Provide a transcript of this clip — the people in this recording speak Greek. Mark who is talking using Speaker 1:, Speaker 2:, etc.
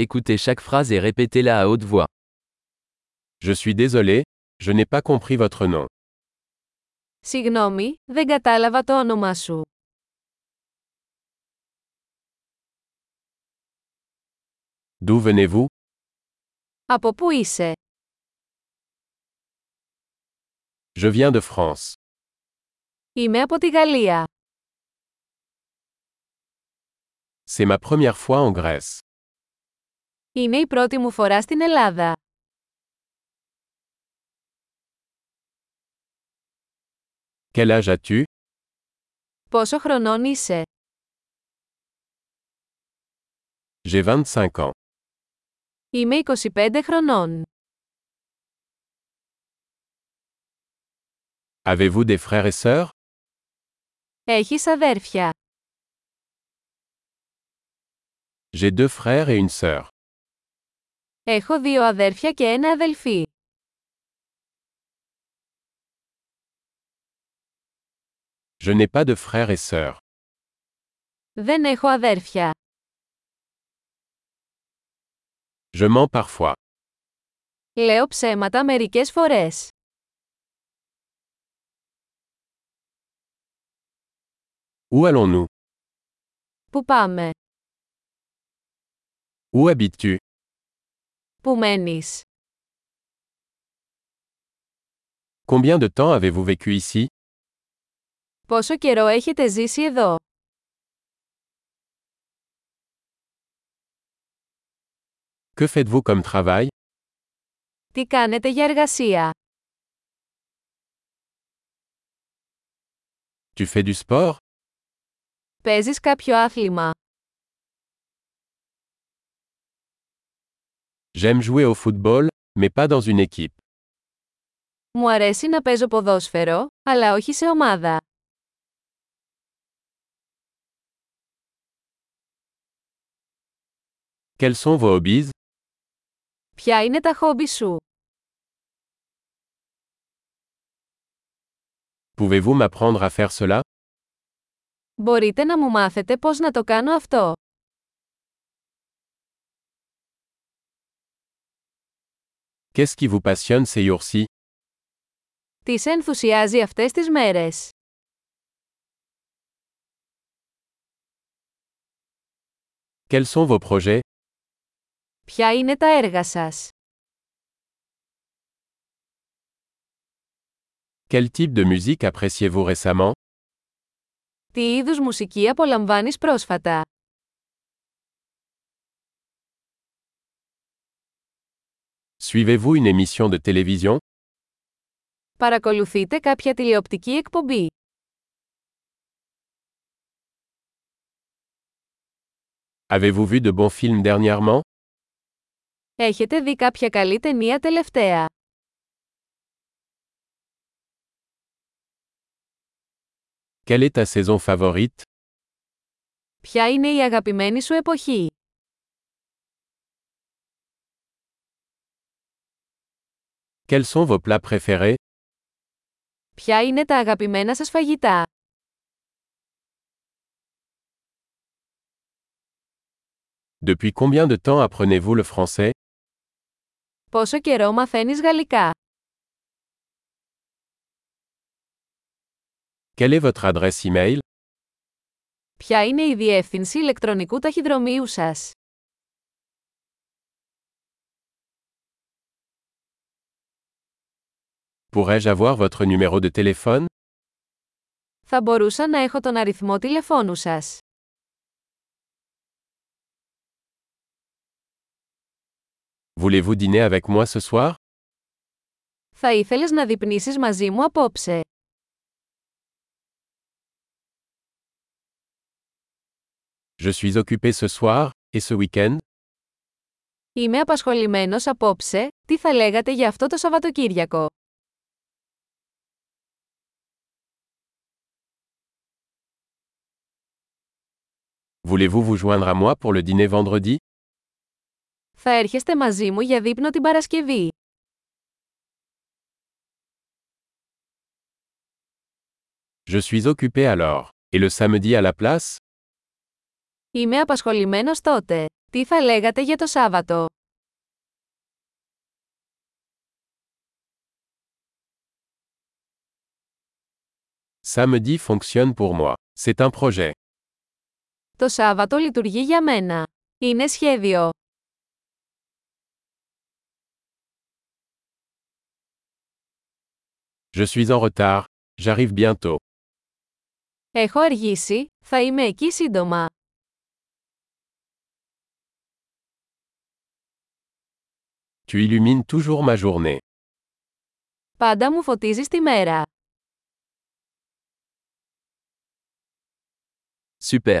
Speaker 1: Écoutez chaque phrase et répétez-la à haute voix.
Speaker 2: Je suis désolé, je n'ai pas compris votre nom.
Speaker 3: Συγγνώμη, δεν κατάλαβα το όνομά σου.
Speaker 2: D'où venez-vous
Speaker 3: Από πού είσαι?
Speaker 2: Je viens de France.
Speaker 3: Είμαι από τη Γαλλία.
Speaker 2: C'est ma première fois en Grèce.
Speaker 3: Είναι η πρώτη μου φορά στην Ελλάδα.
Speaker 2: Quel âge as-tu
Speaker 3: Πόσο χρονών είσαι?
Speaker 2: J'ai 25 ans.
Speaker 3: Είμαι 25 χρονών.
Speaker 2: Avez-vous des frères et sœurs
Speaker 3: Έχεις αδέρφια.
Speaker 2: J'ai deux frères et une sœur.
Speaker 3: Έχω δύο αδέρφια και ένα αδελφή.
Speaker 2: Je n'ai pas de frères et sœurs.
Speaker 3: Δεν έχω αδέρφια.
Speaker 2: Je mens parfois.
Speaker 3: Λέω ψέματα μερικές φορές.
Speaker 2: Où allons-nous
Speaker 3: Πού πάμε?
Speaker 2: Où habites-tu
Speaker 3: Πού μένεις?
Speaker 2: Combien de temps avez-vous vécu ici
Speaker 3: Πόσο καιρό έχετε ζήσει εδώ?
Speaker 2: Que faites-vous comme travail
Speaker 3: Τι κάνετε για εργασία?
Speaker 2: Tu fais du sport
Speaker 3: Παίζεις κάποιο άθλημα?
Speaker 2: J'aime jouer au football, mais pas dans une équipe.
Speaker 3: Μου αρέσει να παίζω ποδόσφαιρο, αλλά όχι σε ομάδα.
Speaker 2: Quels sont vos hobbies
Speaker 3: Ποια είναι τα χόμπι σου?
Speaker 2: Pouvez-vous m'apprendre à faire cela
Speaker 3: Μπορείτε να μου μάθετε πώς να το κάνω αυτό.
Speaker 2: Qu'est-ce qui vous passionne ces jours-ci
Speaker 3: Τι σε ενθουσιάζει αυτές τις μέρες.
Speaker 2: Quels sont vos projets
Speaker 3: Ποια είναι τα έργα σας.
Speaker 2: Quel type de musique appréciez-vous récemment
Speaker 3: Τι είδους μουσική απολαμβάνεις πρόσφατα.
Speaker 2: Suivez-vous une émission de télévision
Speaker 3: Παρακολουθείτε κάποια τηλεοπτική εκπομπή.
Speaker 2: Avez-vous vu de bons films dernièrement
Speaker 3: Έχετε δει κάποια καλή ταινία τελευταία.
Speaker 2: Quelle est ta saison favorite
Speaker 3: Ποια είναι η αγαπημένη σου εποχή.
Speaker 2: Quels sont vos plats préférés
Speaker 3: Ποια είναι τα αγαπημένα σας φαγητά.
Speaker 2: Depuis combien de temps apprenez-vous le français
Speaker 3: Πόσο καιρό μαθαίνεις γαλλικά.
Speaker 2: Quelle est votre adresse e-mail
Speaker 3: Ποια είναι η διεύθυνση ηλεκτρονικού ταχυδρομείου σας.
Speaker 2: Pourrais-je avoir votre numéro de téléphone
Speaker 3: Θα μπορούσα να έχω τον αριθμό τηλεφώνου σας.
Speaker 2: Voulez-vous dîner avec moi ce soir
Speaker 3: Θα ήθελες να δειπνήσεις μαζί μου απόψε.
Speaker 2: Je suis occupé ce soir et ce week-end.
Speaker 3: Είμαι απασχολημένος απόψε, τι θα λέγατε για αυτό το Σαββατοκύριακο.
Speaker 2: Voulez-vous vous joindre à moi pour le dîner vendredi
Speaker 3: Θα έρχεστε μαζί μου για δείπνο την Παρασκευή.
Speaker 2: Je suis occupé alors. Et le samedi à la place
Speaker 3: Είμαι απασχολημένος τότε. Τι θα λέγατε για το Σάββατο?
Speaker 2: Samedi fonctionne pour moi. C'est un projet.
Speaker 3: Το Σάββατο λειτουργεί για μένα. Είναι σχέδιο.
Speaker 2: Je suis en retard. J'arrive bientôt.
Speaker 3: Έχω αργήσει, θα είμαι εκεί σύντομα.
Speaker 2: Tu illumines toujours ma journée.
Speaker 3: Πάντα μου φωτίζεις τη μέρα.
Speaker 1: Super.